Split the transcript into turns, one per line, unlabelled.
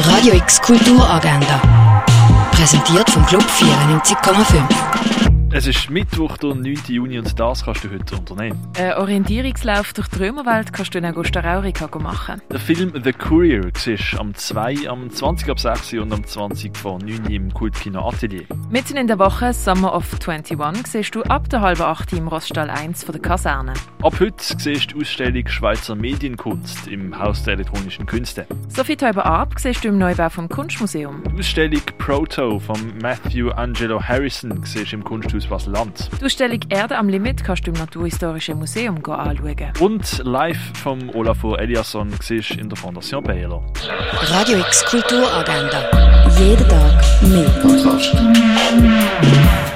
Radio X Kulturagenda. Präsentiert vom Club 94,5.
Es ist Mittwoch, der 9. Juni und das kannst du heute unternehmen.
Einen Äh, Orientierungslauf durch die Römerwelt kannst du in Augusta Raurica machen.
Der Film The Courier siehst du am 2, am 20 ab 6 und am 20 vor 9 im Kultkino Atelier.
Mitten in der Woche Summer of 21 siehst du ab der halben 8 im Roststall 1 von der Kaserne.
Ab heute siehst du die Ausstellung Schweizer Medienkunst im Haus der elektronischen Künste.
Sophie Teuber ab siehst du im Neubau vom Kunstmuseum.
Die Ausstellung Proto von Matthew Angelo Harrison siehst du im Kunsthaus Basel-Land.
Die Ausstellung Erde am Limit kannst du im Naturhistorischen Museum go anschauen.
Und live vom Olafur Eliasson siehst du in der Fondation Baylor.
Radio X Kulturagenda. Jeden Tag mehr.